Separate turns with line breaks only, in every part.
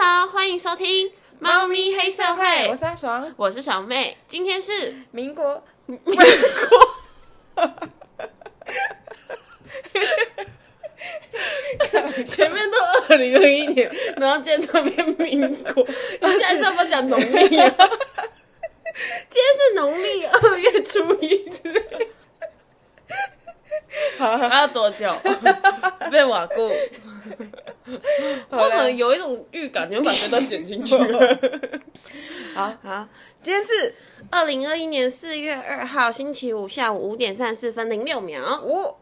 喽，欢迎收听《猫咪黑社会》
我是阿爽，
我是小妹，今天是
哎民国
前面都二零二一年，然后今天 特别民 国，你现在是要不要讲农历啊？今天是农历二月初一之类的，
好
还要多久？被瓦固，我可能有一种预感，你要把这段剪进去了。
好，
好，
今天是
二零二一年四月二号星期五下午五点三十四分零六秒，
五、哦，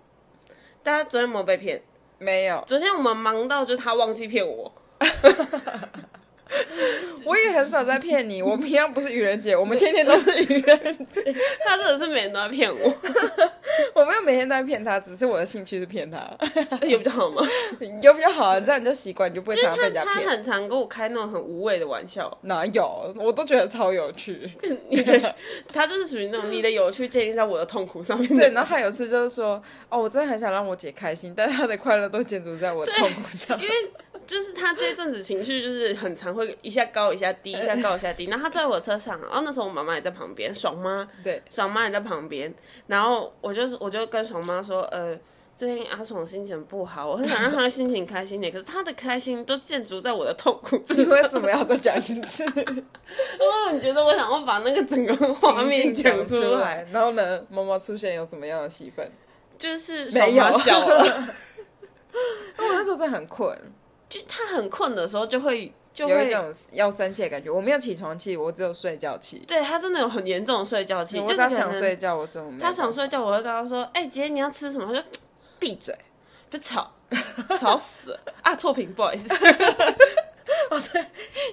大家昨天有没有被骗？
没有，
昨天我们忙到就他忘记骗我，
我也很少在骗 你。我平常不是愚人节，我们天天都是愚人节，
他真的是每天都在骗 我，
我没有每天都在骗他，只是我的兴趣是骗他，
有比较好吗？
有比较好啊，这样你就习惯，你就不会
就是
常常被
他
人家
他
骗。
很常跟我开那种很无谓的玩笑，
哪有？我都觉得超有趣。
就是 你 的他就是属于那种你的有趣建立在我的痛苦上面的
对，然后还有次就是说，哦，我真的很想让我姐开心，但她的快乐都建筑在我的痛苦上。
因为就是他这一阵子情绪就是很常会一下高一下 低，一下高一下低。然后他坐在我车上，然后那时候我妈妈也在旁边，爽妈，
对，
爽妈也在旁边。然后我就我就跟爽妈说，呃，最近阿爽心情不好，我很想让他心情开心一点，可是他的开心都建筑在我的痛苦之
你
上。
为什么要再讲一次？
因为我觉得我想要把那个整个画面
情境讲
出
出，来。然后呢，毛毛出现有什么样的戏份？
就是爽
没有
妈笑了。
因为我那时候真的很困，
就他很困的时候就会就
有一
会，
种要生气的感觉。我没有起床气，我只有睡觉气。
对他真的有很严重的睡觉气，
我
就
只
是
要
可
想
能
睡觉，我怎么没有
他想睡觉，我会跟他说：“哎、姐，你要吃什么？”他就
闭嘴？
别 吵，吵死了啊！错评，不好意 思。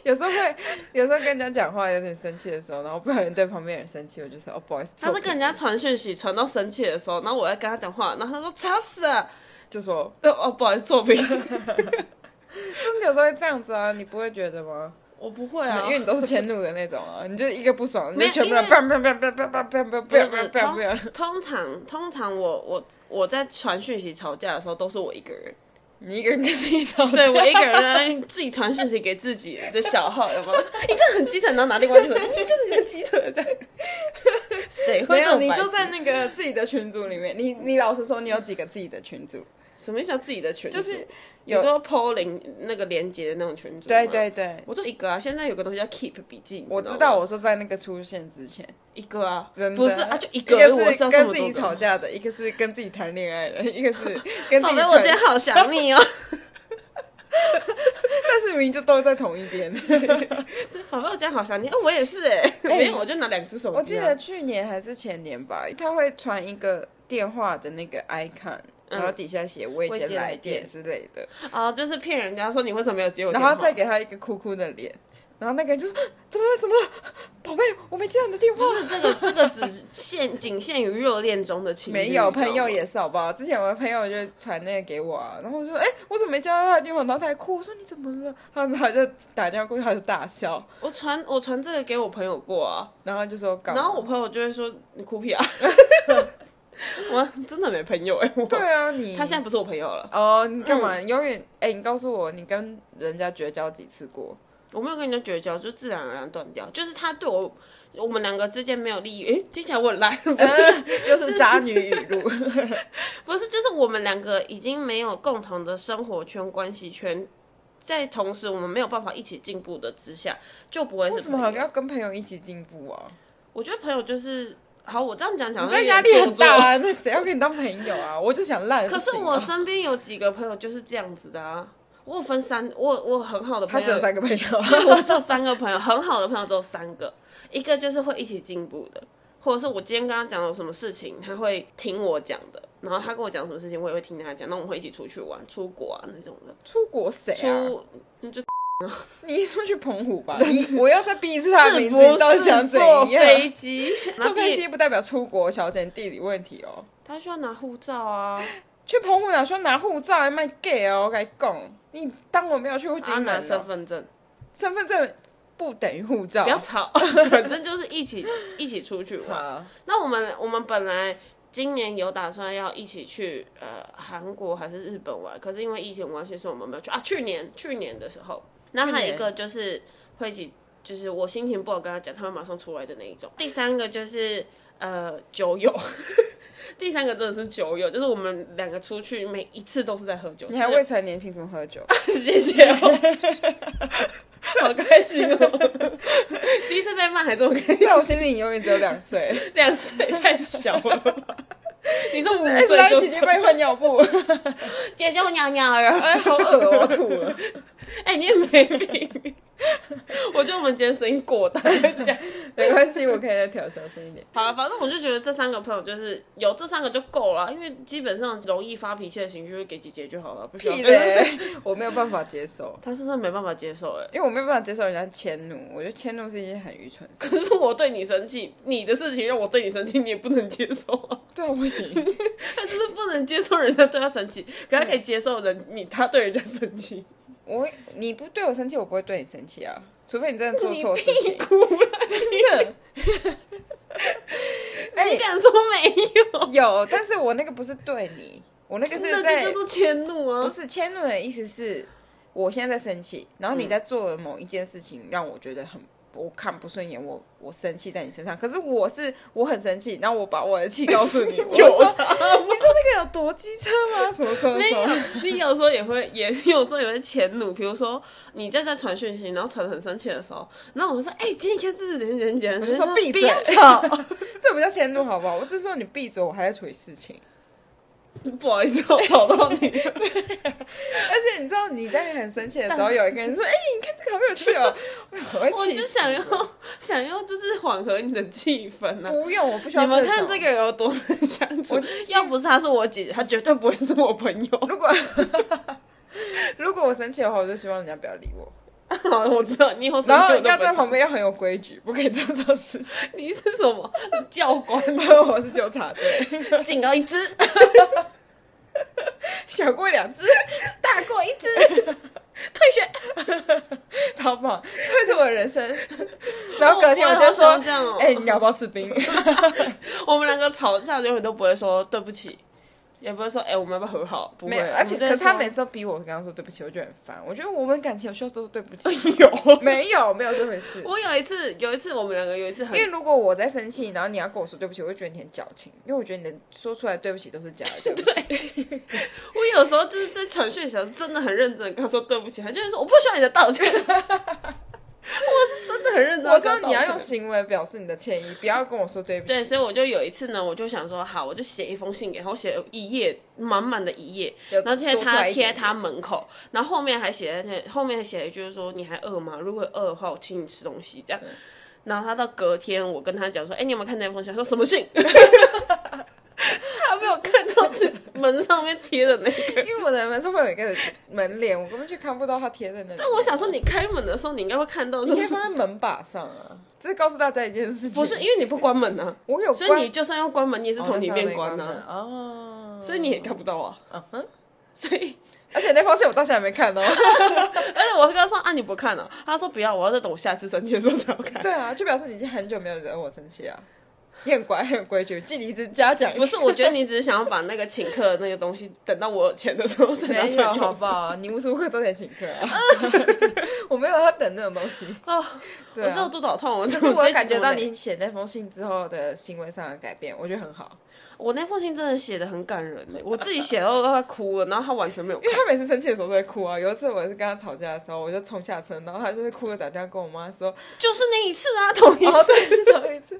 有时候会，有时候跟人家讲话有点生气的时候，然后不小心对旁边人生气，我就说哦不好意思，
他是
错
跟人家传讯息传到生气的时候，然后我在跟他讲话，然后他说：“吵 死了。
就说，
对”哦，不好意思，错评。
真的有时候会这样子啊，你不会觉得吗？
我不会啊，
因为你都是迁怒的那种啊，你就一个不爽，你
没
就
有
全部人
因为
bang bang bang bang bang bang bang bang
不是
bang
不是
bang bang bang，
通通常通常我我我在传讯息吵架的时候都是我一个人，
你一个人跟自己吵架，
对我一个人在自己传讯息给自己的小号， 有没有？我说你这很基层，然后拿另外一个人，你真的很基层这样。 谁会
没
这
有，
种
你
白
就
痴
在那个自己的群组里面，你你老实说，你有几个自己的群组？
什么意思？自己的群组
就是
你
有
说 PO 零那个连接的那种群组，
对，对对，
我就一个啊。现在有个东西叫 Keep 笔记，
我
你
知
道
道，
吗
我说在那个出现之前，
一个啊
真，的
不是啊，就一
一
个。
个
我
是
要这
跟
么
自
多
己吵
个。
架的，一个是跟自己谈恋爱的，一个是跟自
宝
己
贝，我今天
吹，
好想你哦。
但是明明就都在同一 边。
宝贝，我今天好想你。哦，我也是 哎，没有，我就拿两只手机啊。
我记得去年还是前年吧，他会传一个电话的那个 icon，
嗯
然后底下写未
未
接
接来
来电
电
之类的，
啊，就是骗人家说你为什么没有接我
然
电
后
话，
再给他一个哭哭的脸，然后那个人就说怎么了怎么了，宝贝，我没接到你的电话
不。是这个，这个只限仅限于热恋中的情侣，
没
你知道
有
吗
朋友也是好不好？之前我的朋友就传那个给我啊，然后我就说，哎、我怎么没接到他的电话？然后他还哭，我说你怎么了？然后他就打电话过去，他就大笑，
我传我传这个给我朋友过啊，
然后就说干嘛，
然后我朋友就会说你哭 屁啊，我真的没朋友哎、我
对啊，你
他现在不是我朋友了，
哦，你干嘛？永远哎、你告诉我，你跟人家绝交几次过？
我没有跟人家绝交，就自然而然断掉，就是他对我，我们两个之间没有利益，诶、听起来我很烂， 不是
又是渣女语录，
不是，就是我们两个已经没有共同的生活圈、关系圈。在同时，我们没有办法一起进步的之下，就不会是
为什么
朋
好
友
像要跟朋友一起进步啊？
我觉得朋友就是好，我这样讲讲，
你这压力很大
啊。
啊！那谁要跟你当朋友啊？我就想烂、
可是
不行啊
我身边有几个朋友就是这样子的啊。我有分三，我我很好的
他
朋
只
友
有，三个 朋友，
我只有三个朋友，很好的朋友只有三个，一个就是会一起进步的，或者是我今天跟他讲有什么事情，他会听我讲的，然后他跟我讲什么事情，我也会听他讲，那我们会一起出去玩、出国啊那种的，
出国谁啊？
出
你说去澎湖 吧，你我要再逼一次他的
是
名
不
字，你到底
是
想怎
坐
样？
飞机？然
坐
后
飞
第
机不代表出国，小姐地理问题哦。
他需要拿护照啊，
去澎湖哪需要拿护照还卖 gay 哦？我跟你讲，你当我没有去过
然后
金门、
拿
哦，
啊身份证。
身份证不等于护照
不。要吵， 反正就是一起一起出去玩。
好，
那我们我们本来今年有打算要一起去呃韩国还是日本玩，可是因为疫情关系，所以我们没有去啊。去年去年的时候，然后还有
去
一
年
个就是会一起，就是我心情不好跟他讲，他会马上出来的那一种。第三个就是呃酒友， 第三个真的是酒友，就是我们两个出去每一次都是在喝酒。
你还
只有
未成年凭什么喝酒？
谢谢 哦，好开心哦！ 第一次被骂还这么开心，
在我心里，你永远只有两岁，
两岁太小了吧。你说五
哎
岁 就
姐姐
是
帮你换尿 布，
姐姐我尿尿了，
哎，好恶哦，我吐了。
哎、你也没病。 我觉得我们今天声音过大，这样
没关系，我可以再调小声一点。
好了，啊反正我就觉得这三个朋友就是有这三个就够了，因为基本上容易发脾气的情绪会给姐姐就好了，不需要
屁。嘞，我没有办法接受，
他是真的没办法接受哎、
因为我没有办法接受人家迁怒，我觉得迁怒是一件很愚蠢的事。
可是我对你生气，你的事情让我对你生气，你也不能接受啊。
对啊，不行，
他就是不能接受人家对他生气，可他可以接受人你他对人家生气，
我你不对我生气，我不会对你生气啊，除非你真的做
你
错事
屁
情。
股啊啦！
真的哎
你敢说没有？
有，但是我那个不是对你，我那个是
那
在
就叫做迁怒
不
啊！
是迁怒的意思是，我现在在生气，
嗯
然后你在做的某一件事情让我觉得很我看不顺眼，我我生气在你身上，可是我是我很生气，然后我把我的气告 诉你，我
有
说
啊
那个有多机车吗？什么什么
没
什
有
么？，
你有时候也会，也 有时候也会迁怒。比如说，你在在传讯息，然后传得很生气的时候，然后我说：“哎、今天看这是人人人。”
我就说闭
不
嘴，
要
吵，这不叫迁怒好不好？我只是说你闭嘴，我还在处理事情。
不好意思，我吵到你。
而且你知道你在很生气的时候，有一个人说：“哎、你看这个好有趣哦。”我会
我
气
就
死，
想要想要就是缓和你的气氛啊。
不用，我不需要。
你们看这，个人有多难相处
我就是？
要不是她是我姐姐，她绝对不会是我朋友。
如果 如果我生气的话，我就希望人家不要理我，
好， 我知道你以后生
然
气
后
我都
要
不
在
讲
旁。边要很有规矩，不可以做错事情。
你是什么？你教 官？
我是纠察 队，
警告一只，
小过两 只，
大过一只， 退学。
超棒，退出我的人 生。 然后隔天我
好
就说
想这样哦：“
哎、你要不要吃冰？”
我们两个吵架永远都不会说对不起，也不会说哎、我们要不要和好？不
没
会，
有，而且
我们
可
就是
他
会说
每次都逼我跟他说对不起，我就很烦。我觉得我们感情有需要说对不起
有。
没有，没有这回事。
我有一次，有一次我们两个有一次
因
很
为如果我在生气，然后你要跟我说对不起，我会觉得你很矫情，因为我觉得你的说出来对不起都是假的 对不起。
我有时候就是在传讯息的时候真的很认真地跟他说对不起，他就会说我不需要你的道 歉。我啊是真的很认真地
我
跟他道
说
歉。
你要用行为表示你的歉意，不要跟我说对不
对，
起。
所以我就有一次呢，我就想说，好，我就写一封信给他，我写了一页满满的一页，
有
然后贴
多出
他
来一
贴在
点
他门口，然后后面还写在后面还写了一句就是说你还饿吗？如果饿的话，我请你吃东西这样。然后他到隔天，我跟他讲说，哎、你有没有看那封信？他说什么信？他没有看到这门上面贴的那 个。
因为我的门上面有一个门帘，我根本就看不到他贴在那里。
但我想说，你开门的时候，你应该会看到，就
你可以
是
放在门把上啊，这是告诉大家一件事情。
不是因为你不关门呢、
我有
所
关，
以你就算要关门，你啊也是
哦
从里
那时候
面
没
关
关
呢、
门哦，
所以你也看不到啊。
嗯哼，
所以。
而且那封信我到现在还没看哦。
而且我跟他说啊，你不看了、他说不要，我要再等我下次生气的时候才要看。
对啊，就表示你已经很久没有惹我生气啊。你很乖，很有规矩，记你一直嘉 奖。
不是，我觉得你只是想要把那个请客的那个东西，等到我有钱的时候再拿
没
出
有，
来
好
用。
不好？ 你无时无刻都得请客啊。 我没有要等那种东西。
哦，
对
我知道
啊，
肚子好痛，我就
就
是
我感觉到，你写那封信之后的行为上的改变，我觉得很好。
我那封信真的写的很感人 呢，我自己写到都快哭了，然后他完全没有看
因为。他每次生气的时候都会哭啊。有一次我是跟他吵架的时候，我就冲下车，然后他就是哭着打电话跟我妈说，
就是那一次 啊，同一
哦，
次。
对，是同一次。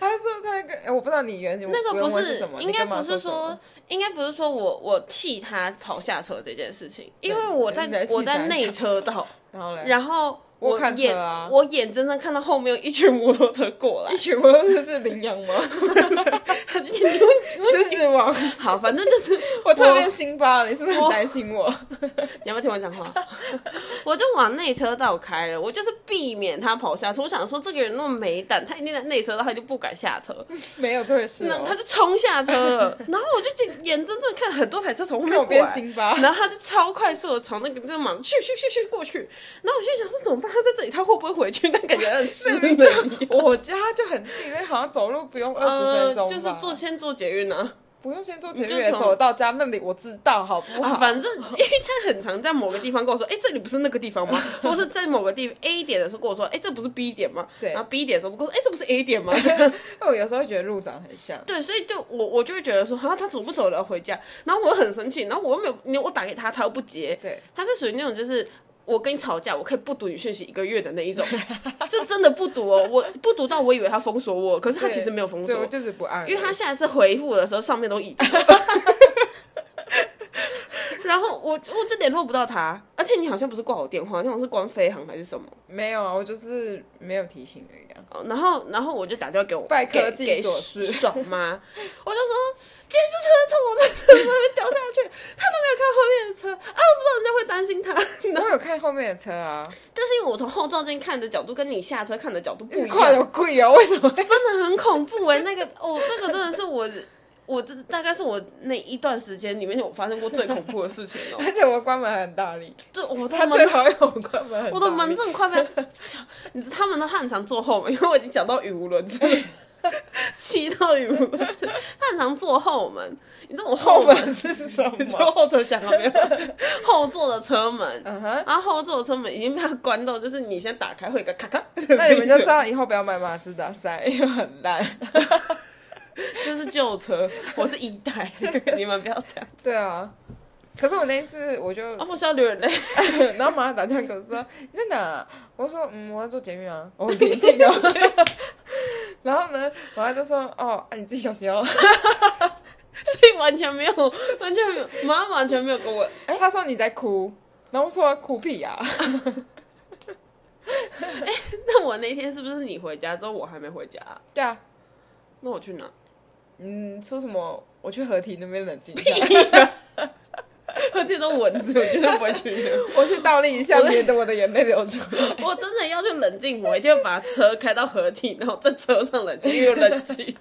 他说他跟、哎我不知道你原型
那个不
是
是
什么，，
应该
你跟
不
妈
是
什么
说，应该不是说我我气他跑下车这件事情，因为我在
你在气
我在
他
内车 道，
然后嘞，
然后
我
我
看车
眼
啊
我眼睁睁看到后面有一群摩托车过来
一，群不都是羚羊吗？
他就你会
狮子王，
好，反正就是
我突然变辛巴了，你是不是很担心 我？
你要不要听我讲话？ 我就往内车道开了，我就是避免他跑下车。我想说这个人那么没胆，他一定在内车道，他就不敢下车，
没有这回事、
那
哦，
他就冲下车 了。然后我就眼睁睁地看很多台车从后
看我
面过
变
来。
辛巴，
然后他就超快速的从那个就马上去去去去过去，然后我就想说怎么办？他在这里，他会不会回去？但感觉 很失
明明就
能。
我家就很近，那好像走路不用二十分
呃
钟、，吧
就是坐先坐捷运啊，
不用先做捷
就
运，
从
走到家那里我知道，好不
啊，
好？
反正因为他很常在某个地方跟我说，哎、这里不是那个地方 吗？或是在某个地 A 点的时候跟我说，哎、这不是 B 点吗？
对
然后 B 点的时候跟我说，哎、这不是 A 点 吗？
我有时候会觉得路长很像。
对，所以就我我就会觉得说，啊，他走不走了回家？然后我很生气，然后我又没有，你我打给他，他又不接，
对，
他是属于那种就是。我跟你吵架，我可以不读你讯息一个月的那一 种，是真的不读哦。我不读到我以为他封锁我，可是他其实没有封
对，
锁
我，就是不按，
因为他下一次回复我的时候，上面都已读。 然后我我就联络不到他，而且你好像不是挂我电话，那种是关飞航还是什么？
没有啊，我就是没有提醒而已啊。
哦然后然后我就打电话给我
拜
给
科技
给
所赐
爽妈， 我就说今天就车从我的车上面掉下去，他都没有看后面的车啊，我不知道人家会担心他。
我有看后面的车啊，
但是因为我从后照镜看的角度跟你下车看的角度不一
快
样
有，贵啊，为什么？
真的很恐怖哎、那个哦，那个真的是我，我这大概是我那一段时间里面有发生过最恐怖的事情哦、
而且我关门很大力，
就我的
他最
门，
讨厌我关门很大力。
我的门真的快被， 你知道他们呢？他很常坐后门，因为我已经讲到语无伦次， 气到语无伦次。他很常坐后门，你知道我
后
后门
门是什么？
就后车厢旁边，后座的车门。啊
嗯 哼，
然后后座的车门已经被他关到，就是你先打开会有一个咔咔，
那你们就知道以后不要买马自达三，因为很烂。
就是旧车，我是一代， 你们不要这样。
对啊，可是我那一次我就
啊，我需要流眼泪。
然后马上打电话给我说你在哪？我说嗯，我在做捷运啊。哦，你自己啊。 然后呢，马上就说哦，啊你自己小心 哦。
所以完全没有，完全没有，妈妈完全没有跟我，
哎、他说你在哭，然后我说哭屁啊呀、
那我那天是不是你回家之后我还没回家啊、
对啊，
那我去哪？
嗯，说什么？我去合体那边冷静一下，
我听到蚊子，我绝对不会去的。
我去倒立一下，
我
免得我的眼泪流出 来。
我真的要去冷静，我一定要把车开到合体，然后在车上冷静又冷静。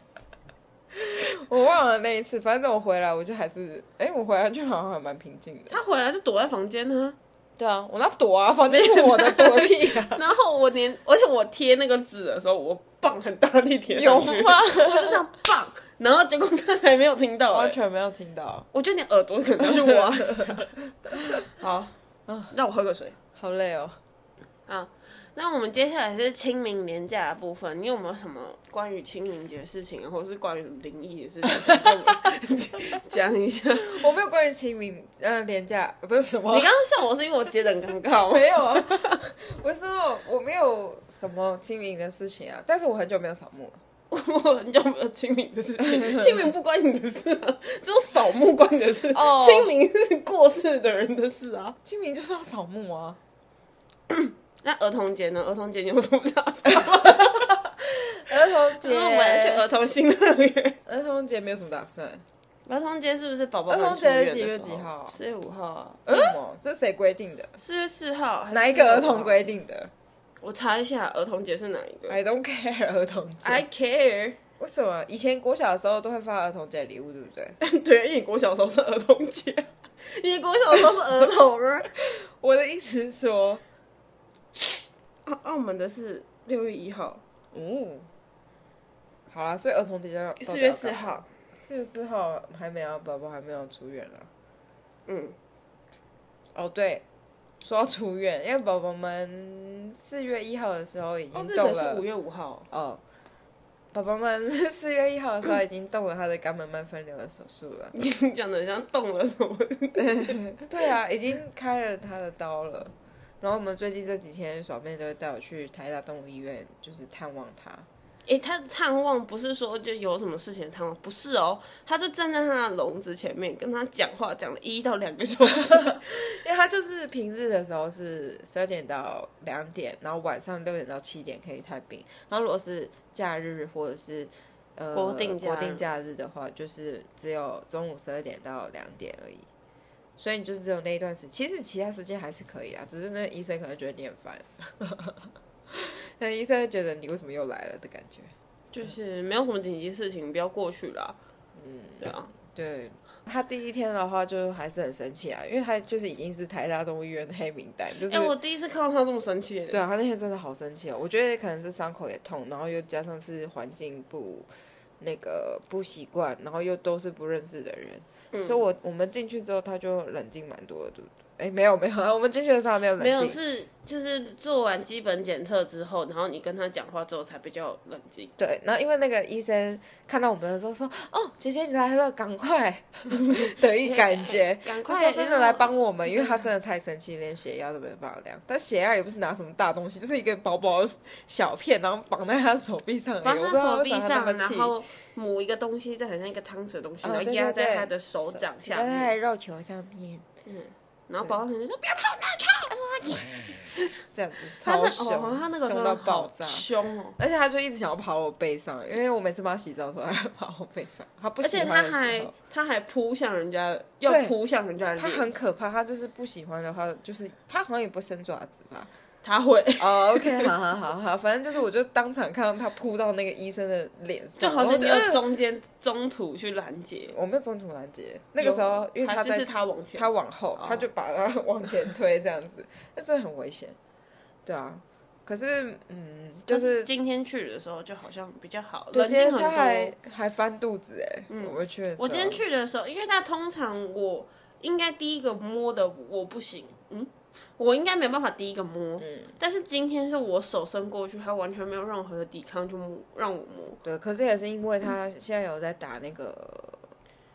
我忘了那一次，反正我回来我就还是，哎、我回来就好像还蛮平静的。
他回来就躲在房间呢、
对啊，我那躲啊，反正是我的躲屁啊 呀、
然后我连，而且我贴那个纸的时候，我棒很大力贴上
有
去
吗？
我就这样棒，然后结果他还没有听到、
完
欸。
全没有听到。
我觉得你耳朵可能要去挖 一下，
好，
让我喝个水。
好累哦。
啊，那我们接下来是清明年假的部分，你有没有什么关于清明节的事情啊，或者是关于灵异的事情，跟我们讲一下？你
我没有关于清明呃廉价不是什么
刚，刚笑我是因为我接得很尴尬吗？
没有啊， 我说我没有什么清明的事情啊，但是我很久没有扫墓了。
我很久没有清明的事 情，清明不关你的事啊，只有扫墓关你的事。
哦
清明是过世的人的事啊。
清明就是要扫墓啊，
那儿童节呢？儿童节你有什么打算？
儿童
就是啊我们去
节
儿童新乐园。
儿童节没有什么打算。
儿童节是不是宝宝
儿童
们
节
出院的
几月
时
几
候
号
四月五号啊。
为什么？这谁规定的？
四月四号，
哪一个儿童
规？
规定的
我查一下儿童节是哪一个。
？I don't care 儿童节。
I care 。
为什么以前国小的时候都会发儿童节礼物，对不对？
对，因为国小时候是儿童 节，因为国小时候是儿童 啊。
我的意思是说，
澳澳门啊的是六月一号，
嗯，好啦，所以儿童节要
四月四，号。
四哦月四号还没有宝宝还没有出院啦。
嗯，
哦，对，说要出院，因为宝宝们四月一号的时候已
哦，
经
日
动
本是
了
五月五 号。。
哦，宝宝们 四月一号的时候已经动了他的肛门慢分流的手术了
你讲的像动了什么？
对啊，已经开了他的刀了。然后我们最近这几天，小妹都会带我去台大动物医院，就是探望他。
诶，他探望不是说就有什么事情探望，不是哦，他就站在他的笼子前面跟他讲话，讲了一到两个小 时。
因为他就是平日的时候是十二点到两点，然后晚上六点到七点可以探病。然后如果是假日或者是呃
国定假日
国定假日的话，就是只有中午十二点到两点而已。所以你就是只有那一段时，其实其他时间还是可以啊，只是那医生可能觉得你很烦， 那医生会觉得你为什么又来了的感觉。
就是没有什么紧急事情，不要过去啦。嗯，对啊。
对他第一天的话，就还是很生气啊，因为他就是已经是台大动物医院的黑名单，就
哎、
是、
我第一次看到他这么生气。
对啊，他那天真的好生气哦！我觉得可能是伤口也痛，然后又加上是环境不那个不习惯，然后又都是不认识的人，
嗯
所以我我们进去之后他就冷静蛮多的，对不对？哎，没有没有，我们进去的时候还没有冷
没
静，
有是就是做完基本检测之后，然后你跟他讲话之后才比较冷静。
对，然后因为那个医生看到我们的时候说：“哦，姐姐你来了，赶快！”的一感觉，
赶
他
快
说真的来帮我们，因为他真的太生气，连血压都没办法量。但血压也不是拿什么大东西，就是一个薄薄的小片，然后绑在他手臂上而已。
帮
哎我
他
不知道
手
为
臂
什么他
上，
那么
然
气
后抹一个东西，再很像一个汤匙的东西，
哦
然后
对
压
对
在
对
他的手掌下
压在他的
面。
肉球上面，
然后保安同学说不要
这样子
他
超
那
凶，
哦，他那个
凶
真的
到爆
好
炸。
凶哦，
而且他就一直想要爬我背上，因为我每次帮他洗澡的时候，他爬我背上，他不
而
喜
且
欢
他
的时
还
候
他还扑向人家，要
对
扑向人家的
他
脸
很可怕，他就是不喜欢的话，就是他好像也不伸爪子吧。
他会，
哦、o k 好好好好，反正就是我就当场看到他扑到那个医生的脸上，
就好
我
像你
就
有
呃
中间中途去拦截。
我没有中途拦截，那个时候因为他
还是
在
是他往前，
他往后，他就把他 往前推这样子，那真的很危险。对啊，可是嗯，就
但
是
今天去的时候就好像比较好，
对，
冷
今天
静很
他还
多。
还翻肚子哎、我们去的时候，
我今天去的时候，因为他通常我应该第一个摸的我不行，嗯，我应该没办法第一个摸，嗯，但是今天是我手伸过去，他完全没有任何的抵抗，就摸让我摸，
对，可是也是因为他现在有在打那个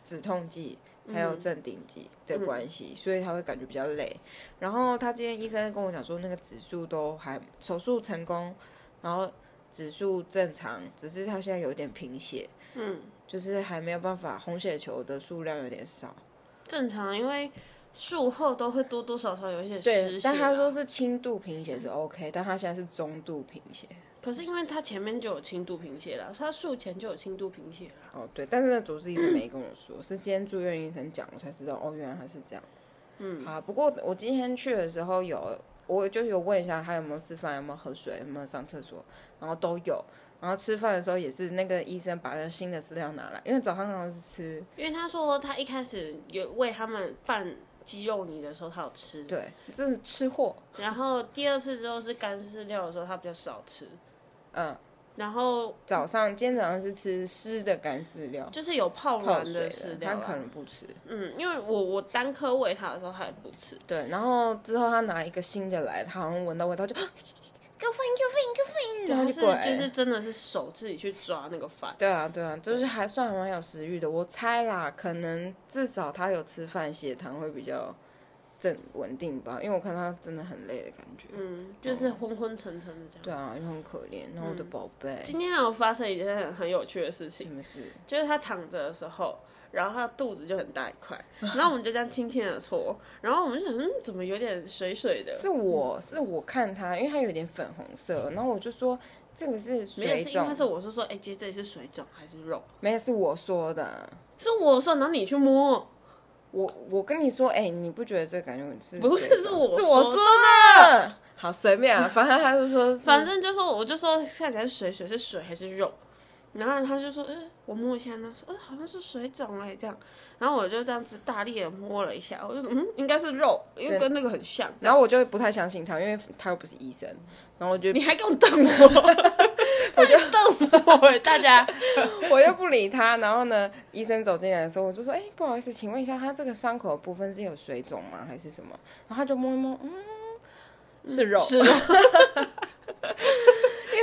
止痛剂，还
嗯
有镇定剂的关系，所以他会感觉比较累。然后他今天医生跟我讲说，那个指数都还手术成功，然后指数正常，只是他现在有点贫血，
嗯，
就是还没有办法，红血球的数量有点少。
正常，啊因为术后都会多多少少有一些
对
失，血啊。
但他说是轻度贫血是 OK，但他现在是中度贫血。
可是因为他前面就有轻度贫血了，他术前就有轻度贫血了。
哦，对，但是那主治医生没跟我说，是今天住院医生讲，我才知道哦，原来他是这样子。嗯，好，不过我今天去的时候有，我就有问一下他有没有吃饭，有没有喝水，有没有上厕所，然后都有。然后吃饭的时候也是那个医生把那新的资料拿来，因为早上刚好是吃，
因为他说他一开始有喂他们拌鸡肉泥的时候他有吃，
对，这是吃货，
然后第二次之后是干饲料的时候他比较少吃，
嗯，
然后
早上今天早上是吃湿的干饲料，
就是有泡
泡
软
水
的饲
的，他
料啊
可
啦。
能不吃。
嗯，因为我我单颗喂他的时候他也不吃，
对，然后之后他拿一个新的来，他好像闻到味道就， 给我放，给我放，给我放，然
他
后
是
嗯就过来了
就是真的是手自己去抓那个饭，
对啊，对啊，就是还算蛮有食欲的。我猜啦，可能至少他有吃饭，血糖会比较正稳定吧。因为我看他真的很累的感觉。
嗯，就是昏昏沉沉的这样。
对啊，又很可怜。然后我的
嗯
宝贝，
今天还有发生一件很很有趣的事情
你。们是
就是他躺着的时候，然后他的肚子就很大一块，然后我们就这样轻轻的搓，然后我们就想，嗯，怎么有点水水的？
是我是我看他，因为他有点粉红色，然后我就说这个是
没有，
水
是因为
肿
他，是我是说，哎、姐这里是水肿还是肉？
没有是我说的。
是我说，然后你去摸，
我我跟你说，哎、你不觉得这感觉是水肿？
不是是我
是我
说
说的。好，随便啊，反正他就说是，
反正就说，我就说看起来是水水是水还是肉，然后他就说，哎、我摸一下，然后说，哎、好像是水肿哎、这样，然后我就这样子大力的摸了一下，我就说，嗯，应该是肉，因为跟那个很像。
然后我就不太相信他，因为他又不是医生，然后我就
你还给我 瞪我，我就瞪我、哎大家。
我又不理他，然后呢，医生走进来的时候，我就说：“哎、不好意思，请问一下，他这个伤口的部分是有水肿吗，还是什么？”然后他就摸一摸，嗯，是肉，
是肉，
因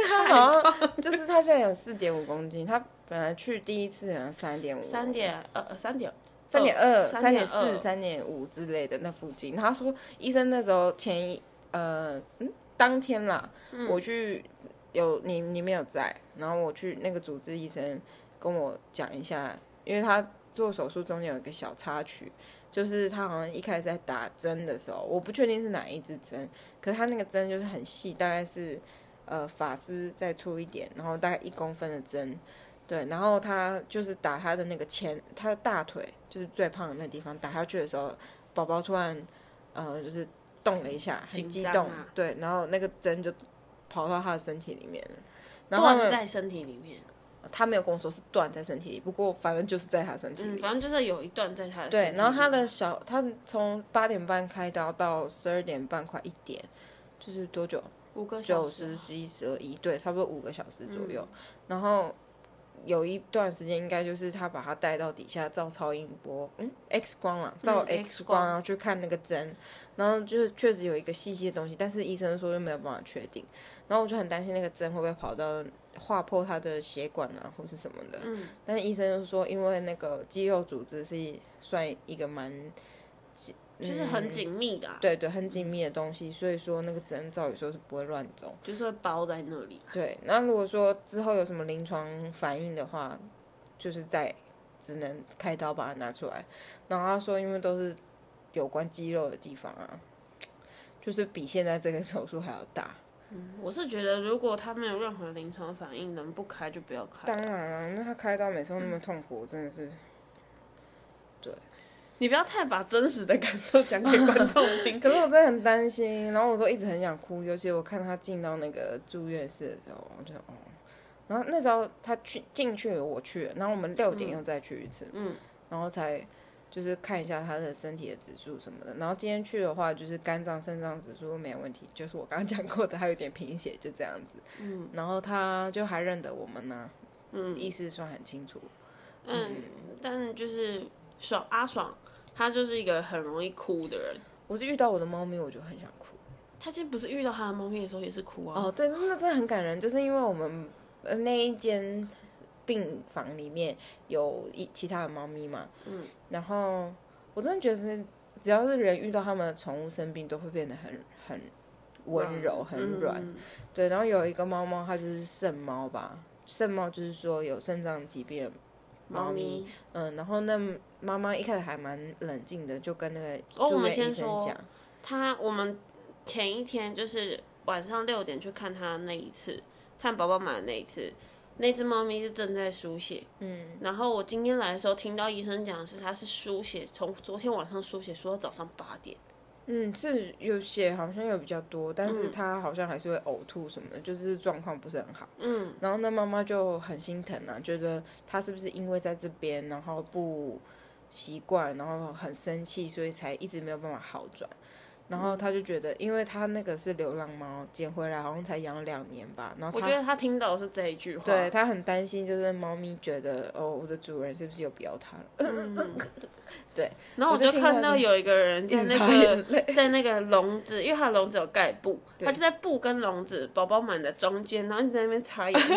为他好像就是他现在有四点五公斤，他本来去第一次好像三点五，
三点呃三点
三点二、三点四、
3.2
三点五之类的那附近。然后他说医生那时候前一呃嗯当天啦，我去有你你没有在，然后我去那个主治医生跟我讲一下，因为他做手术中间有一个小插曲。就是他好像一开始在打针的时候，我不确定是哪一支针，可是他那个针就是很细，大概是呃发丝再粗一点，然后大概一公分的针，对，然后他就是打他的那个前，他的大腿就是最胖的那地方打下去的时候，宝宝突然呃就是动了一下，很
紧
激
张
动，
啊
对，然后那个针就跑到他的身体里面了，然后他
断
们
在身体里面，
他没有跟我说是断在身体里，不过反正就是在他身体里
嗯，反正就是有一段在他的身体
对，
里
然后他的小，他从八点半开刀到十二点半，快一点，就是多久？啊
五个小
九
时嗯
十、十一、十二、一，对，差不多五个小时左右。然后有一段时间应该就是他把它带到底下照超音波，嗯，X 光了，照
嗯
X
，X
光，
光
然后去看那个针，然后就是确实有一个细细的东西，但是医生说就没有办法确定，然后我就很担心那个针会不会跑到划破他的血管啊，或是什么的，
嗯，
但是医生就说因为那个肌肉组织是算一个蛮，
就是
嗯
很紧密的、啊，
对对，很紧密的东西，所以说那个针照理说是不会乱走。
就是会包在那里。
对，那如果说之后有什么临床反应的话，就是在只能开刀把它拿出来。然后他说，因为都是有关肌肉的地方啊，就是比现在这个手术还要大。
我是觉得，如果他没有任何临床反应，能不开就不要开
当
啊。
然了、那他开刀每次都那么痛苦，我真的是
你不要太把真实的感受讲给观众 听。嗯
可是我真的很担心，然后我都一直很想哭，尤其我看他进到那个住院室的时候，我就哦。然后那时候他去进去，我去了，然后我们六点又再去一次，
嗯
然后才就是看一下他的身体的指数什么的。然后今天去的话，就是肝脏、肾脏指数都没有问题，就是我刚刚讲过的，还有点贫血，就这样子。
嗯
然后他就还认得我们呢、
嗯
意思算很清楚。
嗯，但就是爽阿爽，他就是一个很容易哭的人。
我是遇到我的猫咪，我就很想哭。
他其实不是遇到他的猫咪的时候也是哭啊。
哦，对，那真的很感人，就是因为我们呃那一间病房里面有一其他的猫咪嘛，嗯，然后我真的觉得只要是人遇到他们的宠物生病，都会变得很很温柔、很软，
嗯
对。然后有一个猫猫，它就是肾猫吧，肾猫就是说有肾脏疾病的
猫
猫咪，
咪。
嗯，然后那妈妈一开始还蛮冷静的，就跟那个
哦我
住
们
院医
先
生
说
讲，
他我们前一天就是晚上六点去看他那一次，看宝宝买的那一次，那只猫咪是正在输血。嗯，然后我今天来的时候听到医生讲的是它是输血，从昨天晚上输血输到早上八点。
嗯，是有血好像有比较多，但
嗯
是他好像还是会呕吐什么的，就是状况不是很好。
嗯，
然后那妈妈就很心疼啊，觉得他是不是因为在这边，然后不习惯，然后很生气，所以才一直没有办法好转。然
嗯
后他就觉得，因为他那个是流浪猫捡回来，好像才养了两年吧，然后
我觉
他
得他听到的是这一句话。
对，他很担心，就是猫咪觉得哦，我的主人是不是又不要它了？
然后我
我就
就
听
看
到
到
你
有一个人在
一直
那
擦
个
眼泪
在那个笼子，因为它的笼子有盖布，
对
它就在布跟笼子宝宝满的中间，然后你在那边擦眼泪。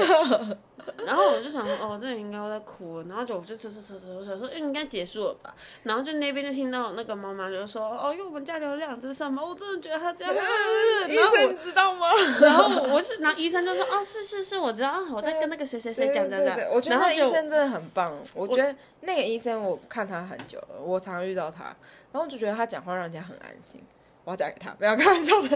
然后我就想说，哦，这里应该会在哭了，然后就我就扯扯扯扯，我想说，嗯，应该结束了吧。然后就那边就听到那个妈妈就说，哦，因为我们家里有两只什么，我真的觉得它这样。
医
然后我
生知道吗？
然后我是，然后医生就说，哦，是是是，我知道，啊，我在跟那个谁谁谁讲
对
讲
对
讲
对，我觉得
然后
那个医
就
生真的很棒。我觉得那个医生，我看他很久了，我常常遇到他，然后我就觉得他讲话让人家很安心。我要嫁给他，不要开 玩笑的。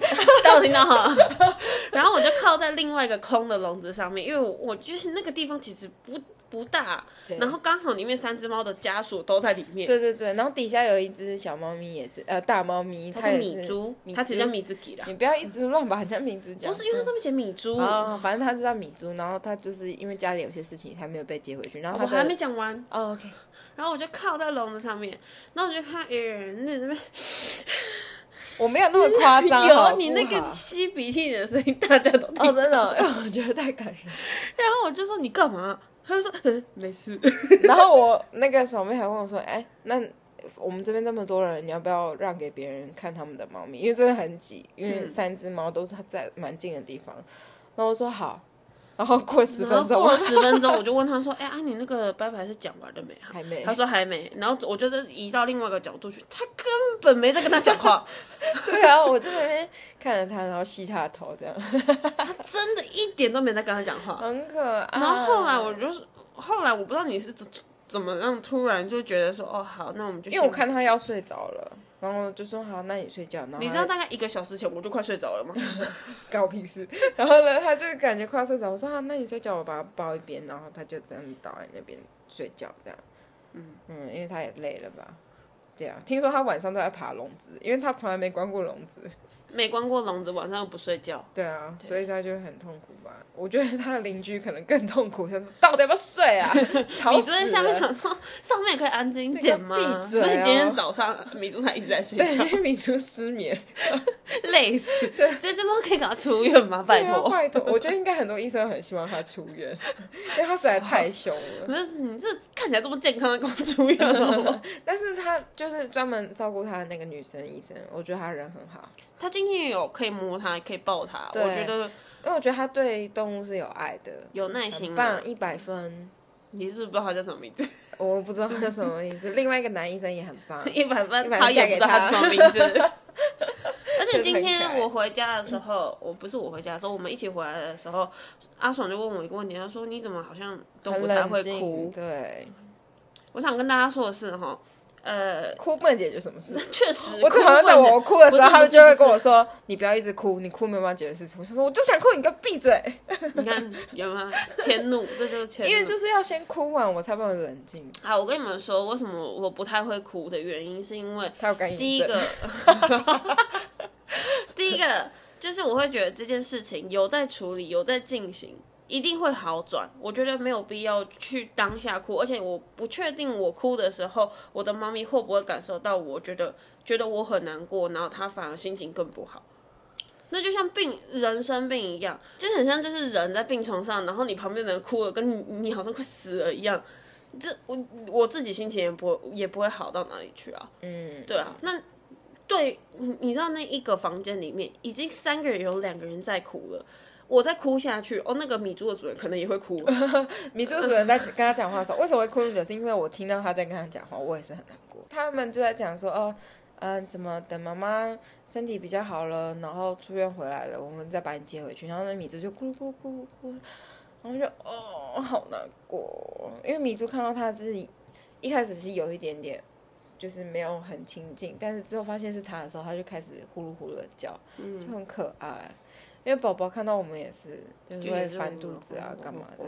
但我听到哈， 然后我就靠在另外一个空的笼子上面，因为我我就是那个地方其实不不大，
对
然后刚好里面三只猫的家属都在里面，
对对对，然后底下有一只小猫咪，也是呃大猫咪，
它
它
叫
也
米
是。
珠
米，
它其实叫
珠
米子吉啦，
你不要一直乱把人家名字讲。
不是因为它上面写米珠，
啊、反正他就叫米珠，然后他就是因为家里有些事情，他没有被接回去，然后
我
他的
还没讲完，
哦，OK，
然后我就靠在笼子上面，然后我就看，哎、那那边
我没有那么夸张，好
有
不
你那个
好
吸鼻涕的声音，大家都听，
哦，真的哦， 我觉得太感人了。
然后我就说你干嘛？他就说、嗯、没事，
然后我那个小妹还问我说：“哎、那我们这边这么多人，你要不要让给别人看他们的猫咪？因为真的很挤，因为
嗯
三只猫都是在蛮近的地方。”然后我说好，然后过十
然后
分钟
过了十分钟，我就问他说，哎、啊你那个拜拜是讲完了没啊？
还没，
他说还没，然后我就是移到另外一个角度去，他根本没在跟他讲 话，
对啊，我就在那边看着他，然后吸他的头，这样
真的一点都没在跟他讲话。
很可啊爱。
然后后来我就是，后来我不知道你是怎怎么样突然就觉得说，哦好，那我们就
因为我看他要睡着了，然后就说好，那你睡觉。然后
先，你知道大概一个小时前我就快睡着了 吗？
干我屁事。 然后呢，他就感觉快要睡着，我说啊，那你睡觉，我把它抱一边，然后他就这样倒在那边睡觉，这样。嗯因为他也累了吧？对啊，听说他晚上都在爬笼子，因为他从来没关过笼子。
没关过笼子，晚上又不睡觉。
对啊，所以他就很痛苦吧？我觉得他的邻居可能更痛苦，想说到底要不要睡 啊？吵
米
死
珠在下面
了
想说，上面也可以安静一点吗？
那个闭嘴
所以今
哦
天早上米珠才一直在睡
对，啊
觉，
因为民族失眠，
累死。这地方可以给他出院吗？拜
对啊
托。
拜托，我觉得应该很多医生很希望他出院， 因为他实在太凶了。
不是你这看起来这么健康的公出院哦了，
但是他就是专门照顾他的那个女生医生，我觉得他人很好，
他今天也有可以摸他，可以抱他，
对
我觉得
因为我觉得他对动物是有爱的，
有耐心
很
啊
棒，一百分。
你是不是不知道他叫什么名字？
我不知道他叫什么意思。另外一个男医生也很 棒，
一百分，
一百分
他也不知道他
嫁
叫什
给他
么名 字。而且今
真的很可
天
爱
我回家的时候，我不是我回家的时候，我们一起回来的时候，阿爽就问我一个问题，他说你怎么好像都
很
不太
冷
会
静
哭？
对，
我想跟大家说的是哈， 呃，
哭不能解决什么事。
确实，
我好像在
哭不
我哭的时
不
候，
是
他
不
们
是
就会
不是
跟我说：“你不要一直哭，你哭没有办法解决事情。”我就说：“我就想哭，你给我闭嘴。
你看有没有迁怒？这就是”迁怒。
因为就是要先哭完，我才不能冷静。
好，我跟你们说，为什么我不太会哭的原因，是因为
他有感应症。
第一个， 第一个就是我会觉得这件事情有在处理，有在进行，一定会好转。我觉得没有必要去当下哭，而且我不确定我哭的时候，我的妈咪会不会感受到我觉得觉得我很难过，然后她反而心情更不好。那就像病人生病一样，就是很像就是人在病床上，然后你旁边的人哭了，跟你你好像快死了一样。这我我自己心情也不会也不会好到哪里去啊。
嗯，
对啊，那对你你知道那一个房间里面已经三个人有两个人在哭了，我再哭下去，哦，那个米珠的主人可能也会哭 了。
米珠主任在跟他讲话的时候，为什么会哭那么久？是因为我听到他在跟他讲话，我也是很难过。他们就在讲说，哦，嗯、怎么等妈妈身体比较好了，然后出院回来了，我们再把你接回去。然后那米珠就咕噜咕噜咕噜咕噜，然后就哦，好难过，因为米珠看到他是一开始是有一点点。就是没有很亲近，但是之后发现是他的时候，他就开始呼噜呼噜的叫，就很可爱。因为宝宝看到我们也是，就是会翻肚子啊，干嘛的。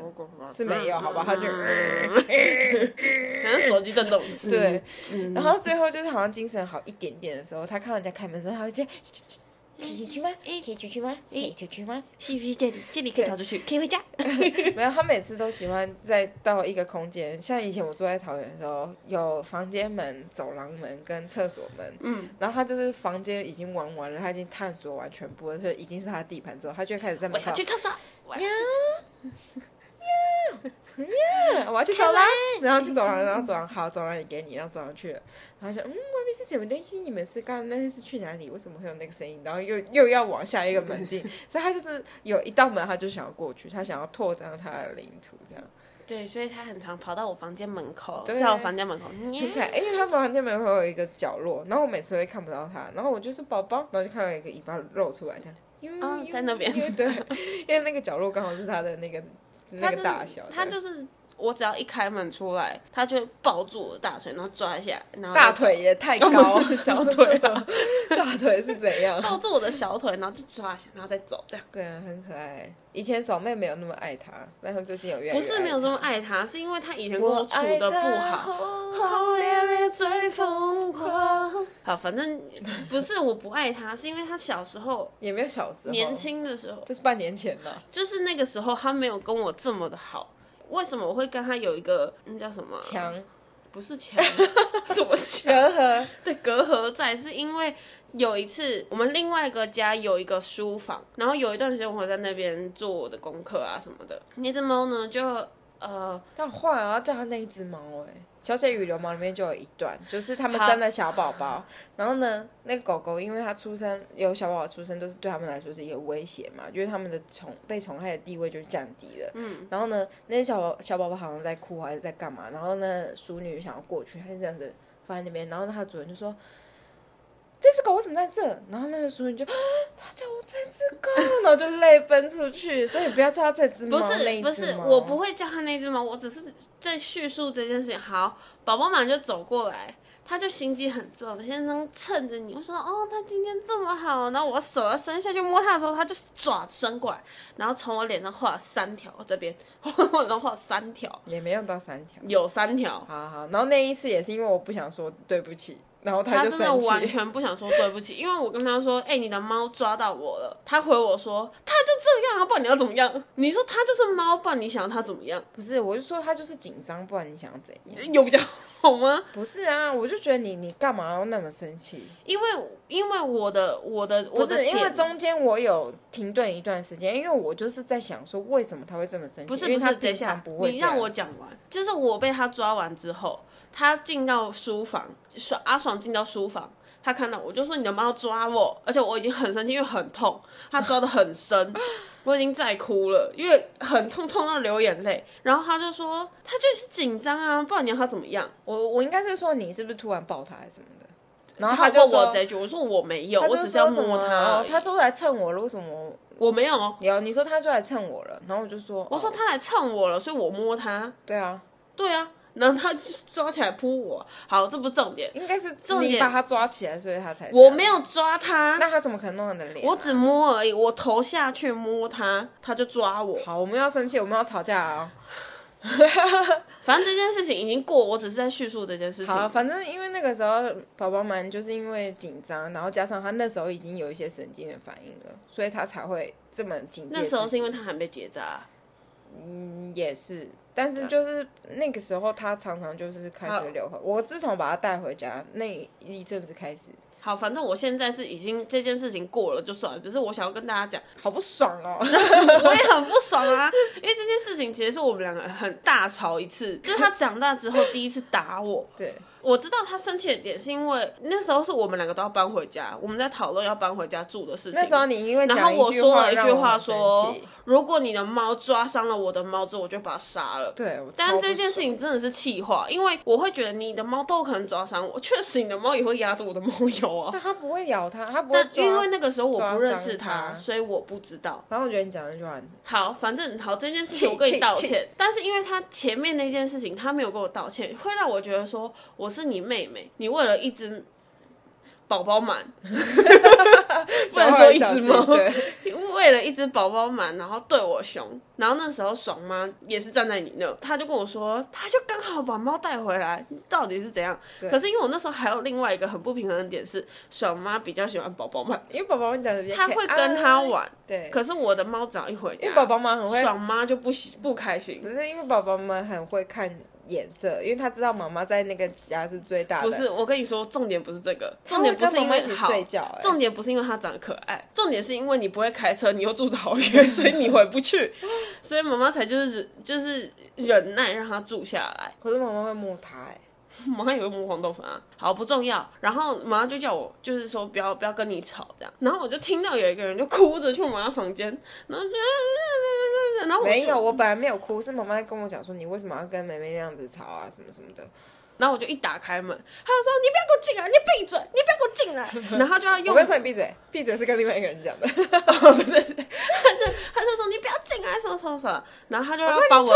的
是没有好吧 他就
反正嗯手机震动。
嗯
嗯
对，然后最后就是好像精神好一点点的时候，他看到人家开门的时候，他会这样。可以出去吗？可
嗯
以出去吗？可以出去吗？
是不是这里？这里可以逃出去，可以回家。嗯
没有，他每次都喜欢再到一个空间，像以前我住在桃园的时候，有房间门、走廊门跟厕所门，
嗯，
然后他就是房间已经玩完了，他已经探索完全部了，所以已经是他的地盘之后，他就会开始在
我
门口
要去厕所。我要去
我要去走廊，然后去走廊，然后走廊好，走廊也给你，然后走廊去了，然后想，嗯，外面是什么东西？你们是刚那是去哪里？为什么会有那个声音？然后又又要往下一个门进， 所以他就是有一道门，他就想要过去，他想要拓张他的领土，这样
对，所以他很常跑到我房间门口，
对
在我房间门 口。嗯
很可哎爱。因为他房间门口有一个角落，然后我每次会看不到他，然后我就说宝宝，然后就看到一个尾巴露出来，这样，
哦在那边
因为对，因为那个角落刚好是他的那个那
他
个
真
大小，
他就是我只要一开门出来，他就会抱住我的大腿，然后抓一下，然后
大腿也太 高，
哦不是小腿 啊
大腿是怎样？
抱住我的小腿，然后就抓一下，然后再走这样。
对啊，很可爱。以前爽妹没有那么爱他，但是最近有越来越
不是没有这
么
么爱他，是因为他以前跟我处的不好。
好。
轰烈烈最疯狂。好，反正不是我不爱他，是因为他小时候
也没有小时候，
年轻的时候，
就是半年前了。
就是那个时候他没有跟我这么的好。为什么我会跟他有一个那叫什么啊？
墙
不是墙， 什么
隔
墙？
阂，
的隔阂在，是因为有一次我们另外一个家有一个书房，然后有一段时间我会在那边做我的功课啊什么的。那只猫呢，就呃，
但换啊了要叫他那一只猫哎、小姐与流氓》里面就有一段，就是他们
好
生了小宝宝，然后呢，那个狗狗因为它出生有小宝宝出生，都是对他们来说是一个威胁嘛，因为他们的宠被宠害的地位就降低了。嗯，然后呢，那些小宝小宝宝好像在哭还是在干嘛，然后呢，淑女想要过去，她就这样子放在那边，然后她的主人就说。这只狗为什么在这？然后那个淑女就，啊它叫我这只狗，然后就泪奔出去。所以不要叫它这只猫，
不
那一
是不
只
是，
猫
我不会叫它那只猫，我只是在叙述这件事情。好，宝宝马上就走过来。他就心机很重，先生趁着你，我说哦，他今天这么好，然后我手要伸下去摸他的时候，他就爪伸过来，然后从我脸上画了三条，这边 我脸上画了三条，
也没有到三条。
有三条，
好好，然后那一次也是因为我不想说对不起，然后
他
就
真的
生
完
气。
全不想说对不起，因为我跟他说：“哎、你的猫抓到我了。”他回我说：“他就这样啊，不然你要怎么样？你说他就是猫，不然你想要他怎么样？
不是，我就说他就是紧张，不然你想要怎样？
有比较好吗？”
不是啊，我就觉得你你干嘛要那么生气？
因为因为我的我的
不
我的
是因为
点
中间我有停顿一段时间，因为我就是在想说为什么他会这么生气？
不是
因为
不
他
是，等一
平
下
常不，会
你
这样
让我讲完。就是我被他抓完之后，他进到书房，爽阿爽进到书房，他看到我就说你的猫抓我，而且我已经很生气，因为很痛，他抓的很深， 我已经在哭了，因为很痛，痛到流眼泪。然后他就说他就是紧张啊，不然你要他怎么样？
我我应该是说你是不是突然抱他还是什么的？然后
他
就
问
说
我这一句，我说我没有，
他
我
就
只是要
说什
摸
么哦
他而已，
他都来蹭我了，为什么我
我没有。
有，你说他就来蹭我了，然后我就说，
我说
哦
他来蹭我了，所以我摸他。
对啊，
对啊，然后他就是抓起来扑我。好，这不是重点，
应该是
重
你
点
把他抓起来，所以他才这
我
样
没，有抓他，
那他怎么可能弄你的脸啊、
我只摸而已，我头下去摸他，他就抓我。
好，我们要生气，我们要吵架啊！
反正这件事情已经过，我只是在叙述这件事情。
好，反正因为那个时候宝宝们就是因为紧张，然后加上他那时候已经有一些神经的反应了，所以他才会这么警戒自己。
那时候是因为他还没结扎，
嗯也是，但是就是那个时候他常常就是开始流口。我自从把他带回家那一阵子开始，
好，反正我现在是已经这件事情过了就算了，只是我想要跟大家讲，
好不爽哦。
我也很不爽啊，因为这件事情其实是我们两个很大吵一次，就是他长大之后第一次打我，
对，
我知道他生气的点是因为那时候是我们两个都要搬回家，我们在讨论要搬回家住的事情。
那时候你因为
然后
讲
我
句
说
话
了一
让
句
我
话
很生
说
气，
如果你的猫抓伤了我的猫之后，我就把它杀了。
对，我超
但
不
这件事情真的是气话，因为我会觉得你的猫都有可能抓伤我，确实你的猫也会压着我的猫油啊。
但他不会咬他，他不会
但
抓。
因为那个时候我
抓
不认
伤
识它，
它
所以我不知道。
反正我觉得你讲那句话，
好，反正好这件事情我跟你道 歉，但是因为他前面那件事情他没有跟我道歉，会让我觉得说我是你妹妹，你为了一只宝宝螨， 不能说一只猫，
对，
为了一只宝宝螨，然后对我凶，然后那时候爽妈也是站在你那，她就跟我说，她就刚好把猫带回来，到底是怎样？
对
可是因为我那时候还有另外一个很不平衡的点是，爽妈比较喜欢宝宝螨，
因为宝宝们讲的比较啊
她会跟她玩，
对，
可是我的猫只要一回家，
因为宝宝们很会，
爽妈就不喜不开心
不。是因为宝宝们很会看颜色，因为他知道妈妈在那个家是最大的，
不是，我跟你说，重点不是这个，
他
重
会
点
跟
不是因
妈
为
妈一起
好，
睡觉欸
重点不是因为他长得可爱，重点是因为你不会开车，你又住得好远， 所以你回不去，所以妈妈才就是就是忍耐让他住下来。
可是妈妈会摸他哎、
妈妈也会摸黄豆粉啊，好不重要。然后妈妈就叫我，就是说不要不要跟你吵这样。然后我就听到有一个人就哭着去我妈房间，然后就然后我就
没有，我本来没有哭，是妈妈跟我讲说你为什么要跟妹妹那样子吵啊，什么什么的。
然后我就一打开门，他就说你不要给我进来，你闭嘴，你不要给我进来。然后就要
我
用
跟你说你闭嘴，闭嘴是跟另外一个人 讲的。
他就说你不要进来，什么什么什么，然后他就要
我说你
把我
出，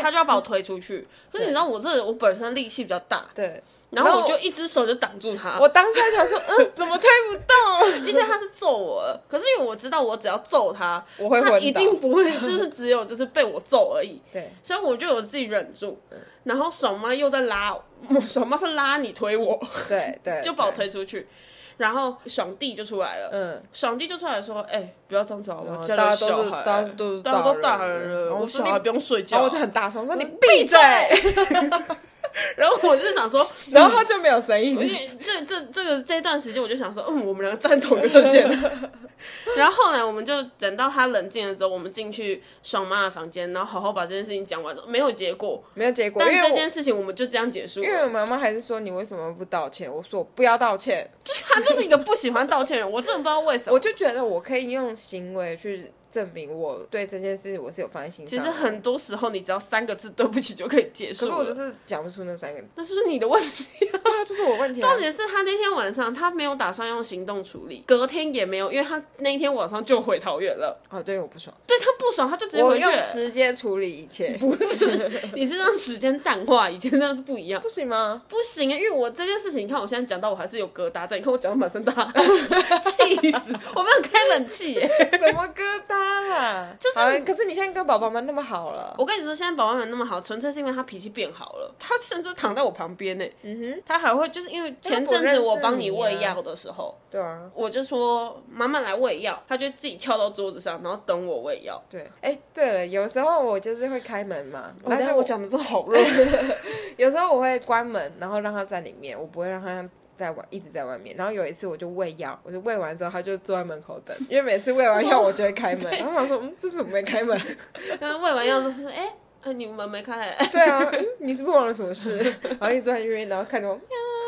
他就要把我推出去。可是你知道我这我本身力气比较大，
对，
然后
然
我
后
就一只手就挡住他，
我当时还想说， 嗯，怎么推不动？
而且他是揍我了。可是因为我知道我只要揍他，
我会
他
昏
一
倒
定不会就是只有就是被我揍而已。
对，
所以我就有自己忍住，然后爽妈又在拉我，爽妈是拉你推 我，
对对，
就把我
对，
推出去，然后爽弟就出来了，
嗯。
爽弟就出来说：“哎、不要这样子好不好？
嗯
哦家里
大
有
家都
小
是
孩
大家都是
大家都大
大人
人
了
了，
然后
我
我
小
说
孩
你
不用睡觉。
然后我就很大声说：“你
闭
闭
嘴
嘴！”
然后我就想说，
然后他就没有声 音
因。为这这这个这段时间，我就想说，嗯，我们两个站同一个阵 线。然后后来我们就等到他冷静的时候，我们进去爽妈的房间，然后好好把这件事情讲完，没有结果。
没有结果，
但
因为
这
我
件事情我们就这样结束了，
因为我妈妈还是说你为什么不道
嗯
歉？我说我不要道歉，
就是他就是一个不喜欢道歉的人，我真的不知道为什么
我。就觉得我可以用行为去证明我对这件事我是有放在心
其
上
实
的。
很多时候，你只要三个字“对不起”就可以结束
可
了。
是我就是讲不出那三个，
那是你的问题。
对啊，就是我问题、啊
重。点是他那天晚上他没有打算用行动处理，隔天也没有，因为他那一天晚上就回桃园了。
哦，对，我不爽，
对他不爽，他就直接
我
回去了
用。时间处理一切，
不是，你是让时间淡化，以前那样不一样。
不行吗？
不行啊，因为我这件事情，你看我现在讲到我还是有疙瘩在，你看我讲的满 身大汗，气死！我没有开冷气耶。
什么疙瘩啦？
就是
好可是你现在跟宝宝们那么好了，
我跟你说，现在宝宝们那么好，纯粹是因为他脾气变好了，他甚至躺在我旁边呢。嗯哼，他还
还会就是
就是因为
因为
前
不
阵
认
子
识
我帮你
你
喂
啊
药的时候，
对啊，
我就说妈妈来喂药，她就自己跳到桌子上，然后等我喂药。
对，哎、对了，有时候我就是会开门嘛，
但
但
是
是
我
我
讲的真的 好弱，
有时候我会关门，然后让他在里面，我不会让他在外一直在外面。然后有一次我就喂药，我就喂完之后，他就坐在门口等，因为每次喂完药我就会开 门。然后我想说，嗯，这怎么没开门？
然后喂完药就是哎、啊你门没开、
对啊，嗯你是不是忘了什么事？然后一直坐在那边，然后看着我，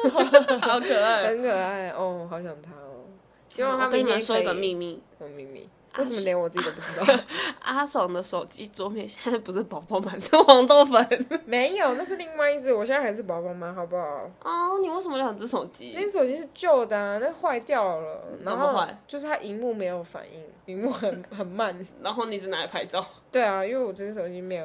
好可爱。
很可爱哦，好想他哦。希望
我
他
跟你
明天
们说一个
可以
秘密，
什么秘密？
啊
为什么连我自己都不知道？
阿爽的手机桌面现在不是宝宝玛，是黄豆粉。
没有，那是另外一只，我现在还是宝宝妈，好不好？
哦，你为什么两只手机
那？只手机是旧的、啊，那坏掉了，
怎
然
么
后
坏
就是它荧幕没有反应，荧幕很 很慢。
然后你只拿来拍照，
对啊，因为我这只手机没有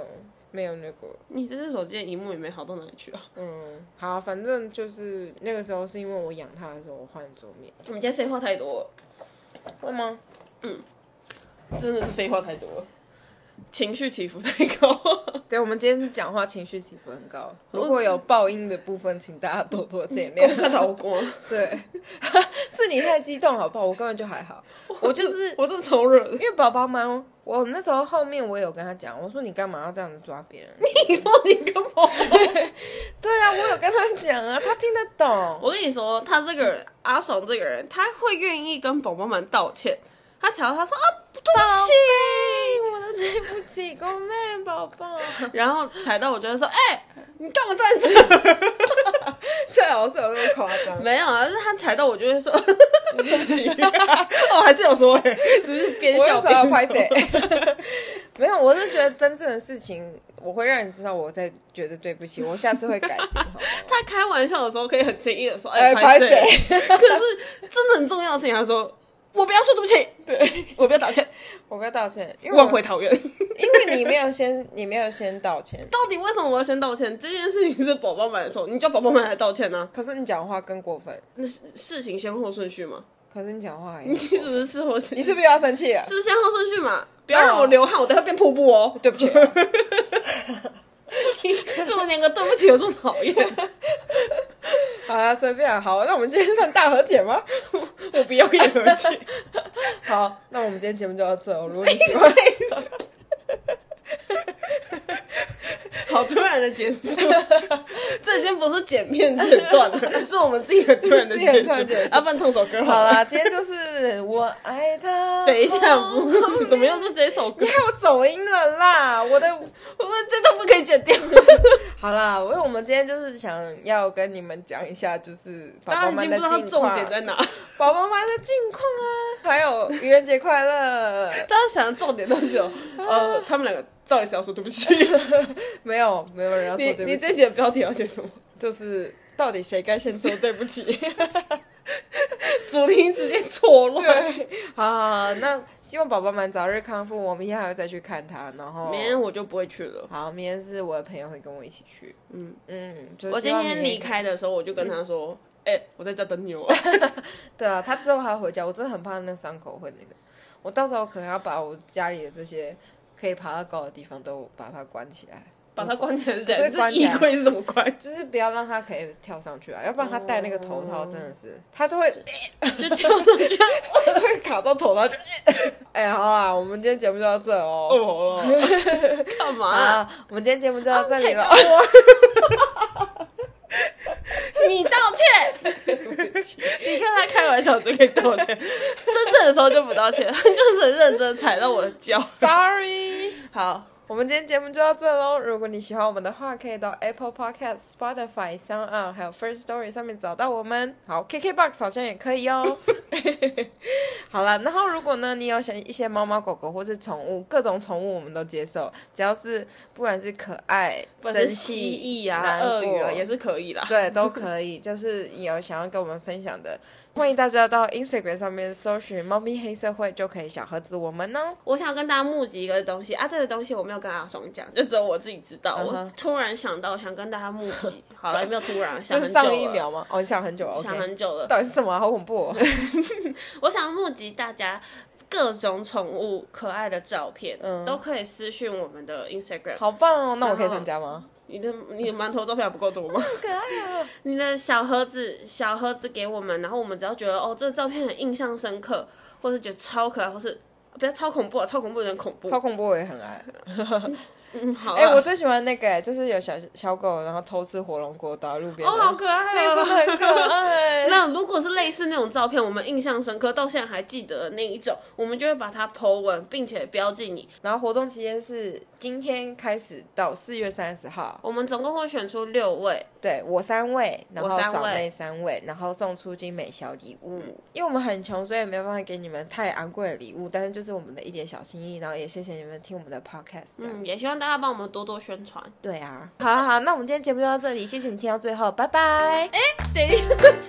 没有那个，
你这只手机的荧幕也没好到哪里去啊。
嗯，好，反正就是那个时候是因为我养它的时候我换桌面，
我们今天废话太多了，
会吗？
真的是废话太多了，情绪起伏太高。
对，我们今天讲话情绪起伏很高，如果有爆音的部分，请大家多多见谅。
看老公，
对， 是你太激动好不好？我根本就还好，我就是
我真的超热的
因。为宝宝嘛，我那时候后面我有跟他讲，我说你干嘛要这样子抓别人？
你说你跟我，
对啊，我有跟他讲啊，他听得 懂。
我跟你说，他这个人，阿爽这个人，他会愿意跟宝宝们道歉。他只要他说啊，对不起，
对不起，公妹宝 宝，
我的， 然后踩到我就会说，哎、你干嘛站着？
最好啊是有那么夸张
没有啊，但是他踩到我就会 说，对不起，哦，还是有说哎、只是啊边
我
笑
有时候
边
要拍
说
谁？ 没有，我是觉得真正的事情，我会让你知道，我在觉得对不起，我下次会改进，好吗？
他开玩笑的时候可以很轻易的说，
哎
哎、拍谁？
拍
可是真的很重要的事情，他说。我不要说对不起，对我不要道歉，
我该道歉，因为我
万回桃园。
因为你没有先， 你没有先道歉，
到底为什么我要先道歉？这件事情是宝宝们的错，你叫宝宝们来道歉呢、啊
可是你讲话更过分，
那是事情先后顺序吗？
可是你讲话 也
你，是不是事后先？
你是不是又要生气了？
是不是先后顺序嘛？不要让我流汗，我等下变瀑布哦！
对不起，
这么连个对不起我这么讨厌，
好啦，随便啊，好，那我们今天算大和解吗？
我不要跟你和解。
好，那我们今天节目就到这哦。如果你喜欢，
好突然的结束， 这已经不是剪片剪断 了，是我们自己很突然的结
自
束
己很突然结。束
要不然唱首歌
好
了。
啦，今天就是我爱他。
等一下，
哦
不是， 怎么又是这首歌
你？害我走音了啦！我的，
我们这都不可以剪掉。
好啦，因为我们今天就是想要跟你们讲一下，就是宝
大家
宝
已经
们的
不知道
近
重点
况，
在哪，
宝宝们的近况啊，还有愚人节快乐。
大家想的重点都只 有呃，他们两个到底是要说对不起？
没有，没有人要
你
说对
你
不起，
这集的标题要写什么？
就是到底谁该先说对不起？
主题直接错乱。
好，那希望宝宝们早日康复，我明天还会再去看他，然后
明天我就不会去了。
好，明天是我的朋友会跟我一起去。
嗯
嗯，就
我
希
今
望
天
明
离。开的时候，我就跟他说：“哎、我在家等你哦。
对啊，他之后还要回家，我真的很怕那伤口会那个。我到时候可能要把我家里的这些可以爬到高的地方都把它关起来，”
把它关起来是这
这
样，
个
这
关起
衣
来
柜是怎么关？
就是不要让它可以跳上去啊，要不然它戴那个头套真的
哦
是，它都会
就这样子，就
会卡到头套，就哎、好啦，我们今天节目就到这哦。
哦了。 干嘛、
啊，我们今天节目就到这里了。
Oh, 你道歉？你看他开玩笑就可以道歉，真正的时候就不道歉， 他就是很认真地踩到我的脚。
Sorry。
好，
我们今天节目就到这喽。如果你喜欢我们的话，可以到 Apple Podcast、Spotify、Sound On 还有 First Story 上面找到我们。好，KKBox 好像也可以哦。 好啦，然后如果呢，你有想一些猫猫狗狗或是宠物，各种宠物我们都接受，只要是不管是可爱、
不
生
是蜥蜴啊、
难过
鳄鱼啊，也是可以啦。
对，都可以。就是有想要跟我们分享的，欢迎大家到 Instagram 上面搜寻“猫咪黑社会”就可以小盒子我们哦。
我想跟大家募集一个东西啊，这个东西我没有跟阿爽讲，就只有我自己知道。
嗯哼
我突然想到，想跟大家募集。好了，没有突然，
就
想
是
很久
上
了
一秒吗？哦，你想很久
想
，OK。
很久了。
到底是什么啊、好恐 怖、哦！
我想募集大家各种宠物可爱的照片，
嗯
都可以私讯我们的 Instagram。
好棒哦！那我可以参加吗？
你的你的馒头照片还不够多 吗？
可爱哦。
你的小盒子小盒子给我们，然后我们只要觉得哦这个照片很印象深刻，或是觉得超可爱，或是不要超恐怖啊，超恐怖有点恐怖。
超恐怖，我也很爱。
嗯，好啊。
哎、我最喜欢那个、就是有小小狗，然后偷吃火龙果倒在路边的。
哦好可爱哦。
那个真的很可爱。
没有，如果是类似那种照片，我们印象深刻，到现在还记得的那一种，我们就会把它 po 文，并且标记你。
然后活动期间是今天开始到四月三十号，
我们总共会选出六位，
对我三位，然
我
后
三位嗯
爽妹三位，然后送出精美小礼物。因为我们很穷，所以没有办法给你们太昂贵的礼物，但是就是我们的一点小心意，然后也谢谢你们听我们的 podcast 这样。
嗯，也希望大家帮我们多多宣传。
对啊，好好好，那我们今天节目就到这里，谢谢你听到最后，拜拜。哎、等一下。